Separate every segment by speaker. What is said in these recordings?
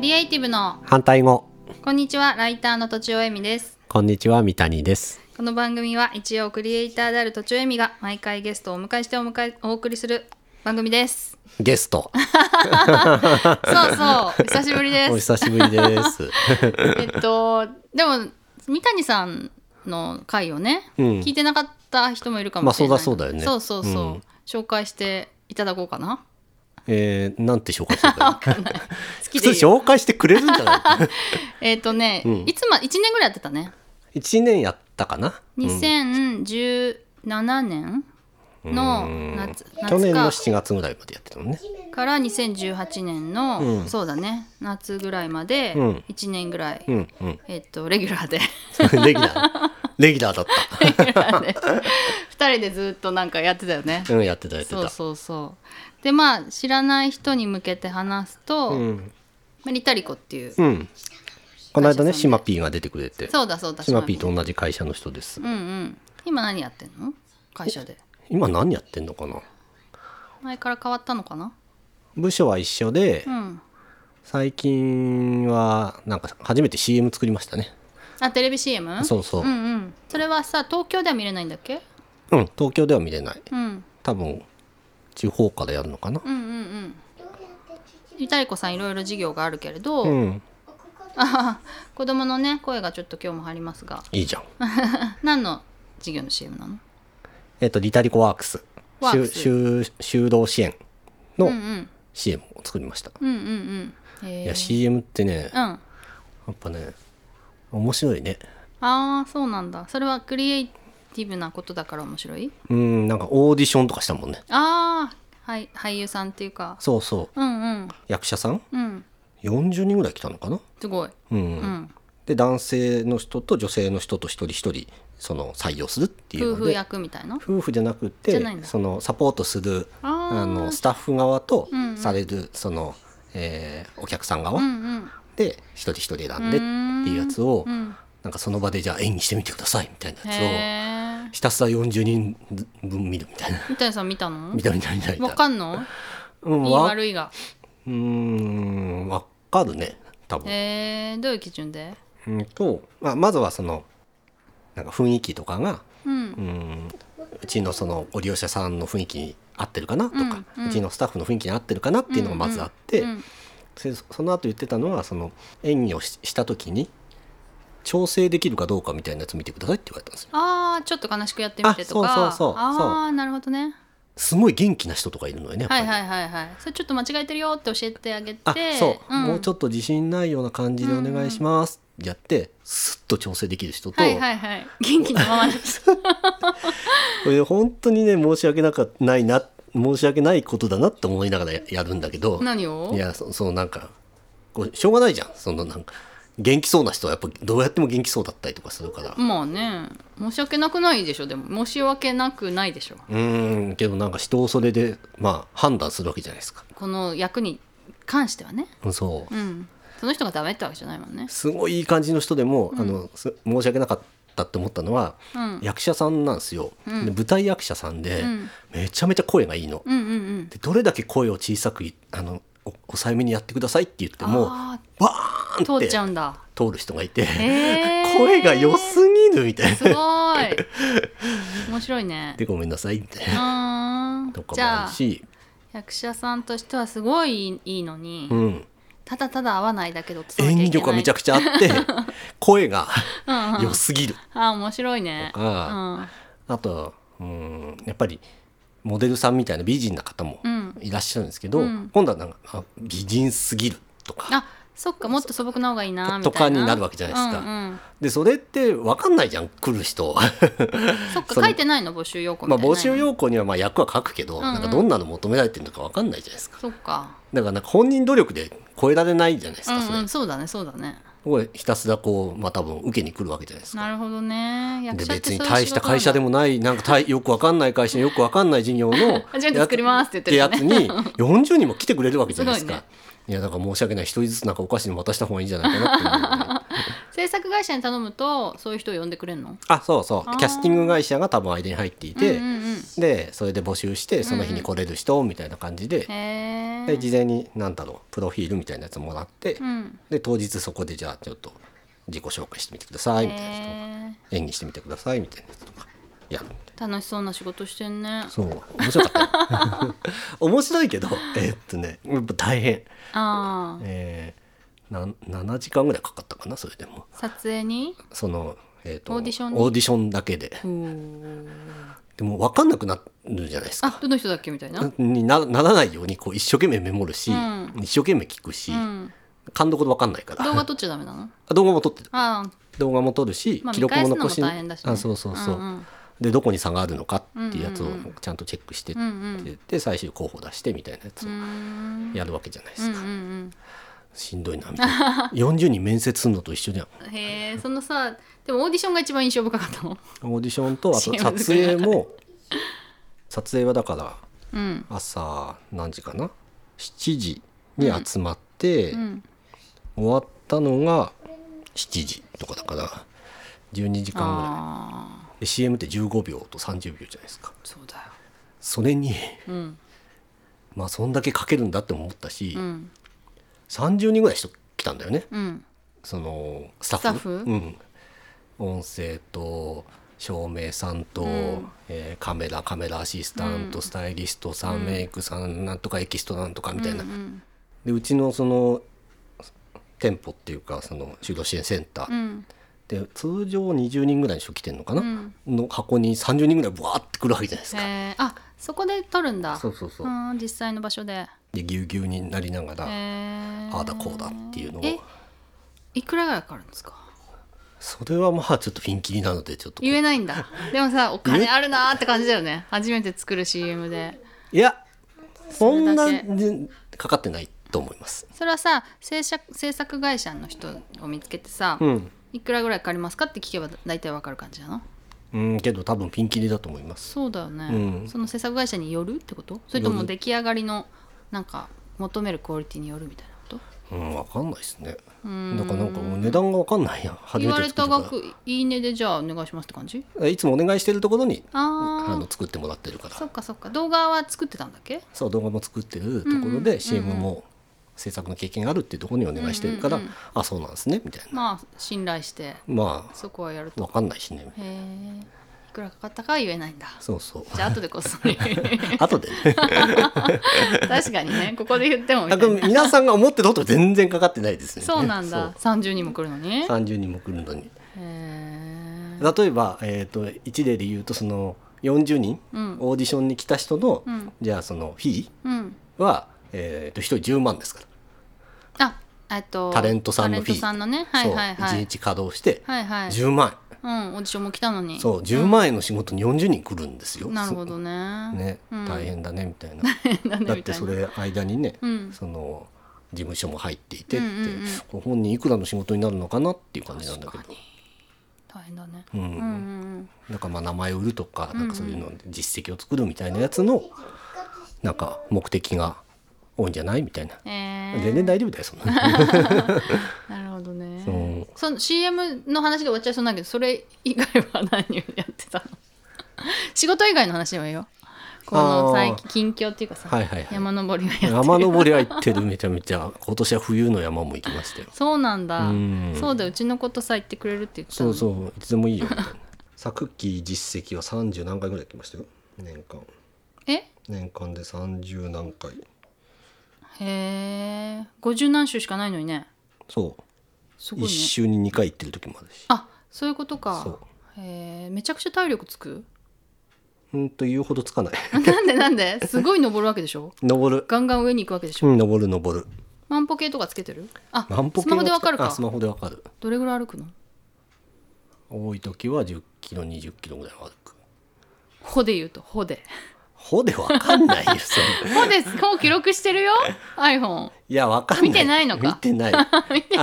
Speaker 1: リエイティブの
Speaker 2: 反対語
Speaker 1: こんにちはライターのとちおえみです
Speaker 2: こんにちは三谷です
Speaker 1: この番組は一応クリエイターであるとちおえみが毎回ゲストをお迎えしてお迎えお送りする番組です
Speaker 2: ゲスト
Speaker 1: そうそう久しぶり
Speaker 2: お
Speaker 1: です
Speaker 2: 久しぶりです
Speaker 1: えっとでも三谷さんの回をね、
Speaker 2: うん
Speaker 1: 聞いてなかった人もいるかもしれない、
Speaker 2: まあそうだそうだよね
Speaker 1: そうそうそう
Speaker 2: う、
Speaker 1: 紹介していただこうかな
Speaker 2: えー、なんて紹介すればいいの
Speaker 1: 好
Speaker 2: 普
Speaker 1: き
Speaker 2: 通
Speaker 1: でいいよ
Speaker 2: 紹介してくれるんじゃない
Speaker 1: えっとね、
Speaker 2: うん
Speaker 1: いつま1年ぐらいやってたね
Speaker 2: 一年やったかな
Speaker 1: 2017年の
Speaker 2: うん
Speaker 1: 夏
Speaker 2: 去
Speaker 1: 夏
Speaker 2: 年の
Speaker 1: か
Speaker 2: 7月ぐらいまでやってたのね
Speaker 1: から2018年の、
Speaker 2: うん
Speaker 1: そうだね夏ぐらいまで
Speaker 2: うん
Speaker 1: 1年ぐらい、
Speaker 2: うんうん
Speaker 1: えっとレギュラーで
Speaker 2: レギュラーレギュラーだっ
Speaker 1: レギュラーで2人でずっとなんかやってたよね
Speaker 2: たうんやってたやって
Speaker 1: そう
Speaker 2: た
Speaker 1: そうそうでまあ知らない人に向けて話すと、
Speaker 2: うん
Speaker 1: まあリタリコっていう、
Speaker 2: うんこの
Speaker 1: 会社
Speaker 2: 間ね
Speaker 1: さんで
Speaker 2: シマピーが出てくれて
Speaker 1: そうだそうだ
Speaker 2: シマピーと同じ会社の人です
Speaker 1: 島うんうん今何やってんの会社で
Speaker 2: 今何やってんのかな
Speaker 1: 前から変わったのかな
Speaker 2: 部署は一緒で
Speaker 1: うん
Speaker 2: 最近はなんか初めて CM 作りましたね
Speaker 1: あテレビ CM?
Speaker 2: そうそう
Speaker 1: う、んうんそれはさ東京では見れないんだっけ、
Speaker 2: うん、東京では見れない
Speaker 1: うん、
Speaker 2: 多分地方からやるのかな
Speaker 1: うんうんうんゆたりこさんいろいろ事業があるけれど、
Speaker 2: うん
Speaker 1: あはは 子供のね声がちょっと今日も入りますが
Speaker 2: いいじゃん
Speaker 1: 何の事業の CM なの
Speaker 2: えっ、とリタリコワークス
Speaker 1: ワークス
Speaker 2: 就就就労支援
Speaker 1: うんう
Speaker 2: の
Speaker 1: ん
Speaker 2: CM を作りました、
Speaker 1: うんうんうんへ
Speaker 2: い
Speaker 1: え
Speaker 2: や CM ってね
Speaker 1: うんあ
Speaker 2: やっぱね面白いね
Speaker 1: あーそうなんだそれはクリエイティブなことだから面白い
Speaker 2: うんなんかオーディションとかしたもんね
Speaker 1: ああ、はい、俳優さんっていうか
Speaker 2: そうそう
Speaker 1: うんうん
Speaker 2: 役者さん
Speaker 1: うん
Speaker 2: 40人ぐらい来たのかな
Speaker 1: すごい
Speaker 2: うん、
Speaker 1: うん
Speaker 2: で男性の人と女性の人と一人一人その採用するってい
Speaker 1: 夫
Speaker 2: うの
Speaker 1: 婦
Speaker 2: で
Speaker 1: 役みたいな
Speaker 2: 夫婦じゃなく
Speaker 1: じ
Speaker 2: て
Speaker 1: ゃないんだ
Speaker 2: そのサポートする
Speaker 1: あー
Speaker 2: あのスタッフ側と
Speaker 1: うんうん
Speaker 2: されるその、えーお客さん側
Speaker 1: うんうん
Speaker 2: で一人一人選んでっていうやつを
Speaker 1: うん
Speaker 2: なんかその場でじゃあ演技してみてくださいみたいなや
Speaker 1: へえ
Speaker 2: つをひたすら40人分見るみたいな
Speaker 1: 三谷さん見たの
Speaker 2: みたいなみたいなみたいな
Speaker 1: わかんの
Speaker 2: うん
Speaker 1: 言い
Speaker 2: わ
Speaker 1: 悪いが
Speaker 2: うーんわかるね多分、
Speaker 1: へえどういう基準で
Speaker 2: うんとまあ、まずはそのなんか雰囲気とかが
Speaker 1: うん
Speaker 2: うーんうちのそのご利用者さんの雰囲気に合ってるかなとか、
Speaker 1: う
Speaker 2: うん
Speaker 1: うん
Speaker 2: ちのスタッフの雰囲気に合ってるかなっていうのがまずあって、
Speaker 1: うん
Speaker 2: そその後言ってたのはその演技をしした時に調整できるかどうかみたいなやつ見てくださいって言われたんですよ
Speaker 1: ああちょっと悲しくやってみてとか
Speaker 2: あそうそうそう
Speaker 1: ああなるほどね
Speaker 2: すごい元気な人とかいるのよねやっぱ
Speaker 1: は
Speaker 2: り、
Speaker 1: いはいはいはいそれちょっと間違えてるよって教えてあげて
Speaker 2: あそう、もうちょ
Speaker 1: っ
Speaker 2: っと自信ないような感じでお願いします、やってスッと調整できる人と、
Speaker 1: はいはいはい元気なままに
Speaker 2: これ本当にね申し訳なかないな申し訳ないことだなって思いながらややるんだけど
Speaker 1: 何を
Speaker 2: いやそそのなんかこうしょうがないじゃんそのなんか元気そうな人はやっぱどうやっても元気そうだったりとかするから
Speaker 1: まあね申し訳なくないでしょでも申し訳なくないでしょ
Speaker 2: うーんけどなんか人をそれでまあ判断するわけじゃないですか
Speaker 1: この役に関してはね
Speaker 2: そう
Speaker 1: うんその人がダメってわけじゃないもんね
Speaker 2: すごいいい感じの人でも、あのす申し訳なかったって思ったのは、
Speaker 1: うん
Speaker 2: 役者さんなんですよ、
Speaker 1: うん
Speaker 2: で舞台役者さんで、
Speaker 1: うん
Speaker 2: めちゃめちゃ声がいいの、
Speaker 1: うんうんうん
Speaker 2: でどれだけ声を小さくいあのお抑えめにやってくださいって言っても
Speaker 1: あ
Speaker 2: バ
Speaker 1: ー
Speaker 2: ーン
Speaker 1: 通
Speaker 2: って
Speaker 1: っちゃうんだ
Speaker 2: 通る人がいて、
Speaker 1: へー
Speaker 2: 声が良すぎるみたいな
Speaker 1: すごい面白いね
Speaker 2: でごめんなさいみたいうな
Speaker 1: ーん
Speaker 2: とか
Speaker 1: じ
Speaker 2: もあ
Speaker 1: ゃ
Speaker 2: る
Speaker 1: あ
Speaker 2: し、
Speaker 1: 役者さんとしてはすごいいいのに、
Speaker 2: うん、
Speaker 1: ただただ合わないだけど
Speaker 2: 演技力がめちゃ
Speaker 1: くち
Speaker 2: くちゃあって 声が
Speaker 1: ゃ、うんうん
Speaker 2: 良すぎる
Speaker 1: あー面白いね
Speaker 2: とかあとうんやっぱりモデルさんみたいな美人な方も
Speaker 1: うん、うん、
Speaker 2: いらっしゃるんですけど、
Speaker 1: うん
Speaker 2: 今度はなんかあ美人すぎるとか
Speaker 1: あそっかもっと素朴な方がいいなみたいな
Speaker 2: とかになるわけじゃないですか。
Speaker 1: うんうん、
Speaker 2: でそれって分かんないじゃん来る人
Speaker 1: そっか
Speaker 2: そ
Speaker 1: 書
Speaker 2: の
Speaker 1: いてないの募集要項み
Speaker 2: ま
Speaker 1: た
Speaker 2: あ
Speaker 1: いな
Speaker 2: 募集要項にはまあ役は書くけど、
Speaker 1: うんうん
Speaker 2: なんかどんなの求められてるのか分かんないじゃないですか
Speaker 1: そっか
Speaker 2: だからなんか本人努力で超えられないじゃないです
Speaker 1: う
Speaker 2: か、
Speaker 1: ん、う
Speaker 2: それ
Speaker 1: ん、そうだねそうだね
Speaker 2: これひたすらこうまあ多分受けに来るわけじゃないですか
Speaker 1: なるほどね役者
Speaker 2: で
Speaker 1: って
Speaker 2: 別に
Speaker 1: そういう
Speaker 2: 大した会社で
Speaker 1: も
Speaker 2: もないなんか大よくわかんない会社のよくわかんない 事業の
Speaker 1: 初めて作りますって言
Speaker 2: や
Speaker 1: って
Speaker 2: つ
Speaker 1: る
Speaker 2: に40人も来てくれるわけじゃないで
Speaker 1: す
Speaker 2: す
Speaker 1: ごい
Speaker 2: か。
Speaker 1: ね
Speaker 2: いやだから申し訳ない一人ずつなんかお菓子でも渡した方がいいんじゃないかなって思うよね
Speaker 1: 制作会社に頼むとそういう人を呼んでくれるの
Speaker 2: あそうそ
Speaker 1: あー
Speaker 2: うキャスティング会社が多分間に入っていて、
Speaker 1: うんうん
Speaker 2: でそれで募集してその日に来れる人みたいな感じで
Speaker 1: うん、へ
Speaker 2: で事
Speaker 1: え、
Speaker 2: 前に何だろうプロフィールみたいなやつもらって、
Speaker 1: うん、
Speaker 2: で当日そこでじゃあちょっと自己紹介してみてくださいみたいな人
Speaker 1: へ
Speaker 2: 演技してみてくださいみたいなやつとかやるみたいな
Speaker 1: え楽しそうな仕事してんね
Speaker 2: そう面白かったよ 面白いけどえーっとねやっぱ大変
Speaker 1: ああ
Speaker 2: えー、な7時間ぐらいかかったかなそれでも
Speaker 1: 撮影に
Speaker 2: その、えー、と
Speaker 1: オーディションに
Speaker 2: オーディションだけででも分かんなくなるじゃないです
Speaker 1: あ
Speaker 2: か
Speaker 1: どの人だっけみたいなう
Speaker 2: になならないようにこう一生懸命メモるし、
Speaker 1: うん
Speaker 2: 一生懸命聞くし、
Speaker 1: ん
Speaker 2: 勘どころ分かんないから
Speaker 1: 動画撮っちゃダメなの
Speaker 2: あ動画も撮ってる
Speaker 1: ああ
Speaker 2: 動画も撮るし、
Speaker 1: まあ
Speaker 2: 記録も残
Speaker 1: 見返
Speaker 2: し
Speaker 1: すのも大変だしね
Speaker 2: あそうそうそう、
Speaker 1: うんうん
Speaker 2: でどこに差があるのかっていうやつを
Speaker 1: うんうんう
Speaker 2: ちゃんとチェックしてっ
Speaker 1: う
Speaker 2: て
Speaker 1: んうん
Speaker 2: 言って最終候補出してみたいなやつ
Speaker 1: うーん
Speaker 2: をやるわけじゃないで
Speaker 1: うんうん
Speaker 2: すか、
Speaker 1: うん
Speaker 2: しんどいなみたい な40人面接するのと一緒じゃん
Speaker 1: へえそのさでもオーディションが一番印象深かったの
Speaker 2: オーディションと あと
Speaker 1: CM
Speaker 2: 撮影も撮影はだから
Speaker 1: うん
Speaker 2: 朝何時かな7時に集まって、
Speaker 1: うん
Speaker 2: 終わったのが7時とかだから12時間ぐら
Speaker 1: ああ
Speaker 2: いで CM って15秒と30秒じゃないですか
Speaker 1: そうだよ
Speaker 2: それに
Speaker 1: うん
Speaker 2: まあそんだけかけるんだって思ったし、
Speaker 1: うん
Speaker 2: 30人ぐらい人来たんだよね
Speaker 1: うん
Speaker 2: そのスタッフ
Speaker 1: スタッフ
Speaker 2: うん、音声と照明さんと、
Speaker 1: うん
Speaker 2: えーカメラカメラアシスタン
Speaker 1: う
Speaker 2: ト、
Speaker 1: ん
Speaker 2: スタイリストさん、
Speaker 1: うん
Speaker 2: メイクさんなんとかエキストなんとかみたいな、
Speaker 1: うんうん
Speaker 2: でうちのその店舗っていうかその就労支援センター、
Speaker 1: うん
Speaker 2: で通常20人ぐらいの人来てんのかな、
Speaker 1: うん
Speaker 2: の箱に30人ぐらいブワーって来るわけじゃないです
Speaker 1: へ
Speaker 2: か。
Speaker 1: えあそこで撮るんだ
Speaker 2: そうそうそう、
Speaker 1: うん実際の場所で
Speaker 2: でぎゅうぎゅうになりながら、
Speaker 1: あ
Speaker 2: ああだこうだっていうのを
Speaker 1: えいくらぐらいかかるんですか
Speaker 2: それはまあちょっとピンキリなのでちょっとこう
Speaker 1: 言えないんだで もさお金あるなーって感じだよね初めて作る CM で
Speaker 2: いやそんな
Speaker 1: それだけ
Speaker 2: にかかってないと思います。
Speaker 1: それはさ制作制作会社の人を見つけてさ、
Speaker 2: うん、
Speaker 1: いくらぐらいかかりますかって聞けば大体わかる感じなの
Speaker 2: うん、けど多分ピンキリだと思います。
Speaker 1: そうだよね、
Speaker 2: うん
Speaker 1: その制作会社によるってことそれとも出来上がりのなんか求めるクオリティによるみたいなこと
Speaker 2: うん、わかんないですね。
Speaker 1: うーん
Speaker 2: だからなんかもう値段がわかんないやん。初
Speaker 1: 言
Speaker 2: め
Speaker 1: わ
Speaker 2: て
Speaker 1: れ
Speaker 2: 作
Speaker 1: た
Speaker 2: るか
Speaker 1: 額いいねでじゃあお願いしますって感じ
Speaker 2: ら。いつもお願いしてるところに
Speaker 1: あ
Speaker 2: あ
Speaker 1: あ
Speaker 2: の作ってもらってるから。
Speaker 1: そっかそっか動画は作ってたんだっけ
Speaker 2: そう動画も作ってるところ
Speaker 1: うんうんうんう
Speaker 2: で CM も制作の経験があるっていうところにお願いしてるから、
Speaker 1: うんうんうん
Speaker 2: あそうなんですねみたいな。
Speaker 1: まあ信頼して
Speaker 2: ま
Speaker 1: そこはやる
Speaker 2: あ
Speaker 1: と
Speaker 2: わかんないしね。
Speaker 1: へえいくらかかったかは言えないんだ
Speaker 2: そうそう。
Speaker 1: じゃあ後でこっそり
Speaker 2: 後で、ね、
Speaker 1: 確かにねここで言ってもみた
Speaker 2: だ
Speaker 1: い
Speaker 2: か
Speaker 1: な
Speaker 2: ら皆さんが思ってること全然かかってないですね。
Speaker 1: そうなんだ30人も来るのにへ
Speaker 2: そう。30人も来るのに。
Speaker 1: え
Speaker 2: 例えば、えー、と一例で言うとその40人、
Speaker 1: うん
Speaker 2: オーディションに来た人の、
Speaker 1: うん
Speaker 2: じゃあそのフィ
Speaker 1: うん
Speaker 2: ーは、えー、と1人10万ですから、
Speaker 1: あえっと
Speaker 2: タレントさんのフィー
Speaker 1: タレントさんのねはいはい
Speaker 2: そう
Speaker 1: は
Speaker 2: 1
Speaker 1: い
Speaker 2: 日稼働して
Speaker 1: はいはい
Speaker 2: 10万円、
Speaker 1: うんオーディションも来たのに
Speaker 2: そう10万円の仕事に40人来るんですよ。
Speaker 1: なるほどね
Speaker 2: そね、
Speaker 1: うん
Speaker 2: 大変だねみたいな。
Speaker 1: だね
Speaker 2: だっ
Speaker 1: みたい
Speaker 2: て
Speaker 1: な
Speaker 2: それ間にね、
Speaker 1: うん
Speaker 2: その事務所も入っていてって、
Speaker 1: うんうんうん
Speaker 2: これ本人いくらの仕事になるのかなっていう感じなんだけ
Speaker 1: 確
Speaker 2: ど
Speaker 1: かに大変だね
Speaker 2: う
Speaker 1: うん
Speaker 2: ん
Speaker 1: うんうん
Speaker 2: なんかまあ名前を売るとかなんかそういうので実績を作るみたいなやつのなんか目的が多いんじゃないみたいな
Speaker 1: えー
Speaker 2: 全然大丈夫だよそ んな
Speaker 1: なるほどね
Speaker 2: そう
Speaker 1: その CM の話で終わっちゃいそうなんだけどそれ以外は何をやってたの 仕事以外の話でもいいよこの
Speaker 2: あー
Speaker 1: 最近近況っていうかさ、
Speaker 2: はいはいはい
Speaker 1: 山登りはやってる
Speaker 2: 山登りは行ってるめちゃめちゃ今年は冬の山も行きましたよ
Speaker 1: そうなんだ
Speaker 2: うん
Speaker 1: そうだうちのことさ言ってくれるって言ってた
Speaker 2: そ
Speaker 1: の
Speaker 2: うそういつでもいいよみたいな昨期実績は30何回ぐらい行きましたよ年間
Speaker 1: え
Speaker 2: 年間で30何回
Speaker 1: へえ50何周しかないのにね
Speaker 2: そう
Speaker 1: すごい
Speaker 2: 一
Speaker 1: ね
Speaker 2: 週に2回行ってる時もあるし
Speaker 1: あそういうことか
Speaker 2: そう
Speaker 1: へえめちゃくちゃ体力つく
Speaker 2: うんと言うほどつかない
Speaker 1: なんでなんですごい登るわけでしょ
Speaker 2: 登る
Speaker 1: ガンガン上に行くわけでしょ、
Speaker 2: うん登る登る
Speaker 1: 万歩計とかつけてるあ
Speaker 2: 万歩
Speaker 1: ス
Speaker 2: 計
Speaker 1: マ
Speaker 2: は
Speaker 1: ホでわかる
Speaker 2: あ
Speaker 1: か
Speaker 2: スマホでわかる
Speaker 1: どれぐらい歩くの
Speaker 2: 多い時は10キロ20キロぐらいは歩く
Speaker 1: ほで言うとほで
Speaker 2: ほでわかんないよそ れ
Speaker 1: ほですこう記録して るよ iPhone
Speaker 2: いやわかんない
Speaker 1: 見てないのか
Speaker 2: 見 てないあ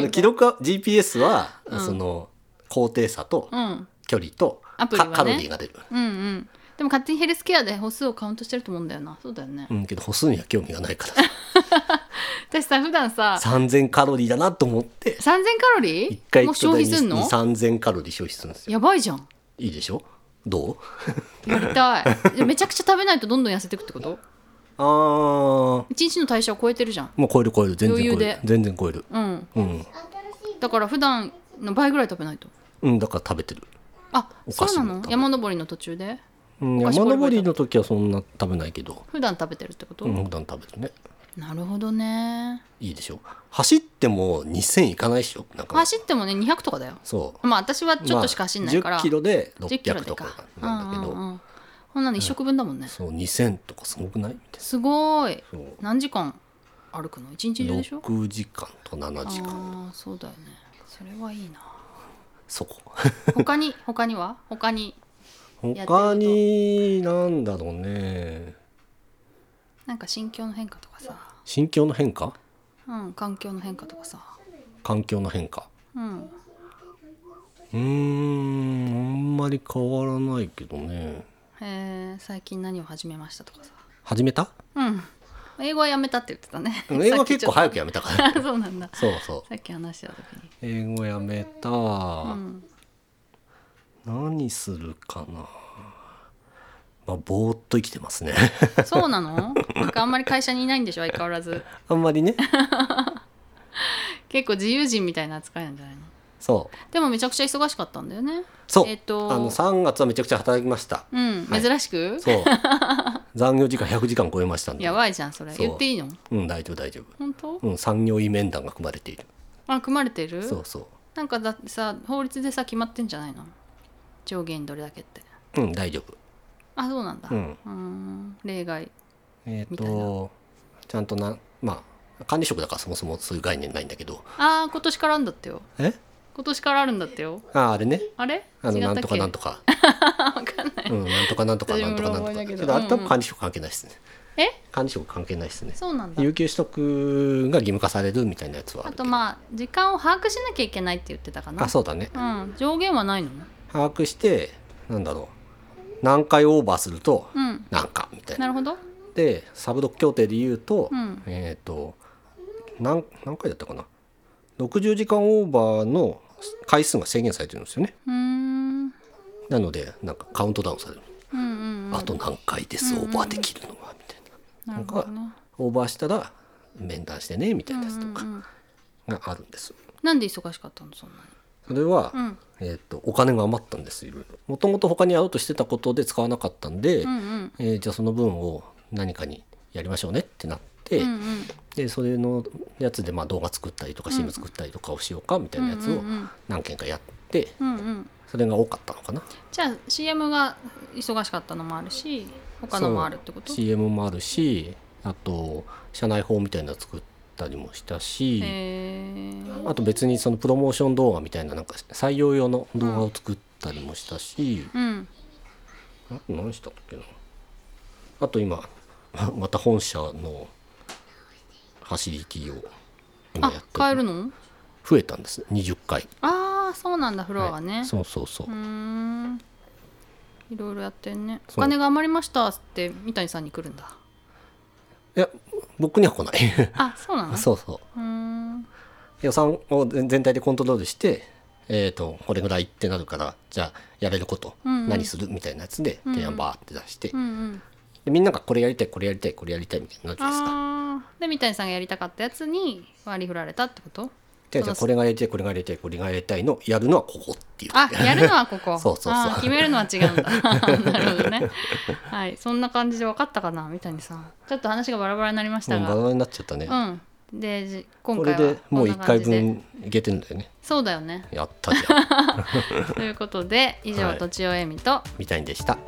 Speaker 2: の記録は GPS は、その高低差と
Speaker 1: うん
Speaker 2: 距離と、
Speaker 1: アプリは
Speaker 2: か
Speaker 1: ね
Speaker 2: カロリーが出る
Speaker 1: うんうんでも勝手にヘルスケアで歩数をカウントしてると思うんだよなそうだよね、
Speaker 2: うんけど歩数には興味がないから
Speaker 1: 私さ普段さ
Speaker 2: 3000カロリーだなと思って
Speaker 1: 3000カロリ
Speaker 2: 一回
Speaker 1: ーもう消費すんの
Speaker 2: 3000カロリー消費するんですよ
Speaker 1: やばいじゃん
Speaker 2: いいでしょどう
Speaker 1: やりた いでめちゃくちゃ食べないとどんどん痩せてくってこと
Speaker 2: あー
Speaker 1: 一日の代謝を超えてるじゃん
Speaker 2: もう超える超える全然超
Speaker 1: 余裕
Speaker 2: える
Speaker 1: で
Speaker 2: 全然超える
Speaker 1: うん
Speaker 2: うん、
Speaker 1: だから普段の倍ぐらい食べないと
Speaker 2: うん、だから食べてる、
Speaker 1: あ
Speaker 2: お
Speaker 1: そ
Speaker 2: 菓
Speaker 1: う
Speaker 2: 子
Speaker 1: な
Speaker 2: も
Speaker 1: の
Speaker 2: 食べ
Speaker 1: 山登りの途中で
Speaker 2: うん、
Speaker 1: お菓子
Speaker 2: 山登りの時はそんな食べないけど、
Speaker 1: 普段食べてるってこと、
Speaker 2: うん、普段食べるね
Speaker 1: なるほどね
Speaker 2: いいでしょ走っても2000いかないでしょなんか
Speaker 1: 走ってもね200とかだよ
Speaker 2: そう
Speaker 1: まあ私はちょっとしか走んないから、
Speaker 2: まあ、10キロで
Speaker 1: 10キロ
Speaker 2: 600
Speaker 1: で
Speaker 2: と
Speaker 1: か
Speaker 2: かなんだけど、
Speaker 1: うんうんうんこんなの一食分だもんね、
Speaker 2: そう2000とかすごくないみたい
Speaker 1: すごい
Speaker 2: な
Speaker 1: 何時間歩くの一日中でし
Speaker 2: そう
Speaker 1: ょ
Speaker 2: 6時間と7時間
Speaker 1: ああそうだよねそれはいいな
Speaker 2: そこ
Speaker 1: 他に他には他にと
Speaker 2: 他になんだろうね
Speaker 1: なんか心境の変化とかさ、
Speaker 2: 心境の変化
Speaker 1: うん、環境の変化とかさ、
Speaker 2: 環境の変化
Speaker 1: うん、
Speaker 2: うーんあんまり変わらないけどね
Speaker 1: えー最近何を始めましたとかさ、
Speaker 2: 始めた
Speaker 1: うん、英語はやめたって言ってたね
Speaker 2: 英語は結構
Speaker 1: さっ
Speaker 2: 早くやめたから
Speaker 1: きちょっとそうなんだ
Speaker 2: そうそう
Speaker 1: さっき話してた時に、
Speaker 2: 英語やめた、
Speaker 1: うん、
Speaker 2: 何するかなまあぼーっと生きてますね
Speaker 1: そうなのなんかあんまり会社にいないんでしょ相変わらず
Speaker 2: あんまりね
Speaker 1: 結構自由人みたいな扱いなんじゃないの
Speaker 2: そう
Speaker 1: でもめちゃくちゃ忙しかったんだよね
Speaker 2: そう、
Speaker 1: えっと
Speaker 2: あの3月はめちゃくちゃ働きました
Speaker 1: うん
Speaker 2: はい
Speaker 1: 珍しく、
Speaker 2: そう残業時間100時間超えましたんで
Speaker 1: やばいじゃんそれ
Speaker 2: そう
Speaker 1: 言っていいの
Speaker 2: うん大丈夫大丈
Speaker 1: 本当
Speaker 2: 夫うん産業医面談が組まれている
Speaker 1: あ組まれてる
Speaker 2: そうそ
Speaker 1: なんかだってさ法律でさ決まってんじゃないの上限どれだけって
Speaker 2: ううん大丈夫
Speaker 1: あそうなんだ
Speaker 2: うん
Speaker 1: ーん例外
Speaker 2: えっ、
Speaker 1: みたい
Speaker 2: とちゃんとなまあ管理職だからそもそもそういう概念ないんだけど
Speaker 1: ああ今年からあるんだってよ
Speaker 2: え
Speaker 1: 今年からあるんだってよ
Speaker 2: ああれね
Speaker 1: あれ
Speaker 2: あの
Speaker 1: 違
Speaker 2: な
Speaker 1: っ
Speaker 2: ん
Speaker 1: たっ
Speaker 2: とか
Speaker 1: け
Speaker 2: な んとか
Speaker 1: 分かんない
Speaker 2: うんなんとかなんとか
Speaker 1: 私
Speaker 2: な
Speaker 1: も
Speaker 2: んとかなんと
Speaker 1: うろ覚え
Speaker 2: か
Speaker 1: だけど
Speaker 2: けどあれ
Speaker 1: うん
Speaker 2: 多
Speaker 1: う
Speaker 2: 分
Speaker 1: ん
Speaker 2: 管理職関係ないですね
Speaker 1: え
Speaker 2: 管理職関係ないですね
Speaker 1: そうなんだ
Speaker 2: 有給取得が義務化されるみたいなやつはあ
Speaker 1: あ
Speaker 2: るけど
Speaker 1: とまあ時間を把握しなきゃいけないって言ってたかな
Speaker 2: あそうだね
Speaker 1: うん上限はないの
Speaker 2: 把握してなんだろう何回オーバーすると
Speaker 1: うん
Speaker 2: 何かみたいな
Speaker 1: なるほど
Speaker 2: でサブ6協定で言うと、
Speaker 1: うん
Speaker 2: えっ、と何何回だったかな60時間オーバーの回数が制限されてるんですよね
Speaker 1: うーん
Speaker 2: なのでなんかカウントダウンされる、
Speaker 1: うんうんうん
Speaker 2: あと何回ですオーバーできるのはみたいな
Speaker 1: なるほどね
Speaker 2: オーバーしたら面談してねみたいなやつと
Speaker 1: う
Speaker 2: か
Speaker 1: んうん
Speaker 2: があるんです、
Speaker 1: なんで忙しかったのそんなに
Speaker 2: それは、
Speaker 1: うん
Speaker 2: えー、とお金が余ったんですいろいろもともと他にやろうとしてたことで使わなかったんで、
Speaker 1: うんうん
Speaker 2: えーじゃあその分を何かにやりましょうねってなって、
Speaker 1: うんうん
Speaker 2: でそれのやつでまあ動画作ったりとか CM 作ったりとかをしようかみたいなやつ
Speaker 1: う
Speaker 2: を
Speaker 1: んうん
Speaker 2: 何件かやって
Speaker 1: うんうん
Speaker 2: それが多かったのかな
Speaker 1: じゃあ CM が忙しかったのもあるし他のもあるってこと
Speaker 2: そう CM もあるしあと社内法みたいなの作ったりもしたし、
Speaker 1: へえ
Speaker 2: あと別にそのプロモーション動画みたいななんか採用用の動画を作ったりもしたし、
Speaker 1: うん
Speaker 2: あと何したっけなあと今 また本社のファシリティを今
Speaker 1: あ
Speaker 2: やって
Speaker 1: 変えるの
Speaker 2: 増えたんです20回
Speaker 1: ああそうなんだフロアがね、
Speaker 2: はいうそうそうそう、
Speaker 1: ーんいろいろやってんねお
Speaker 2: そう
Speaker 1: 金が余りましたっつって三谷さんに来るんだ
Speaker 2: いや僕には来ない
Speaker 1: あそうなのう
Speaker 2: そうそう
Speaker 1: ーん
Speaker 2: 予算を全全体でコントロールして、えー、とこれぐらいってなるからじゃあやれること、
Speaker 1: うんうん
Speaker 2: 何するみたいなやつで
Speaker 1: うんうん
Speaker 2: 提案バーって出して、
Speaker 1: うんうん
Speaker 2: でみんながこれやりたいこれやりたいこれやりたいみたいになるじゃないですか。
Speaker 1: あーで三谷さんがやりたかったやつに割り振られたってこと
Speaker 2: でじゃあこれがやりたいこれがやりたいこれがやりたいのやるのはここっていう。
Speaker 1: あやるのはここ
Speaker 2: そうそうそう
Speaker 1: あー決めるのは違うんだ なるほどねはいそんな感じで分かったかな三谷さんちょっと話がバラバラになりまし
Speaker 2: も
Speaker 1: た
Speaker 2: うバラ
Speaker 1: が
Speaker 2: バラになっちゃったね。
Speaker 1: うんでじ今
Speaker 2: これ
Speaker 1: 回は
Speaker 2: でもう
Speaker 1: こ
Speaker 2: 1
Speaker 1: んな感
Speaker 2: 回
Speaker 1: じで
Speaker 2: 分いけてるんだよね。
Speaker 1: そうだよね
Speaker 2: やったじゃん。
Speaker 1: ということで以上
Speaker 2: はい
Speaker 1: とちおえみと
Speaker 2: みたいでした。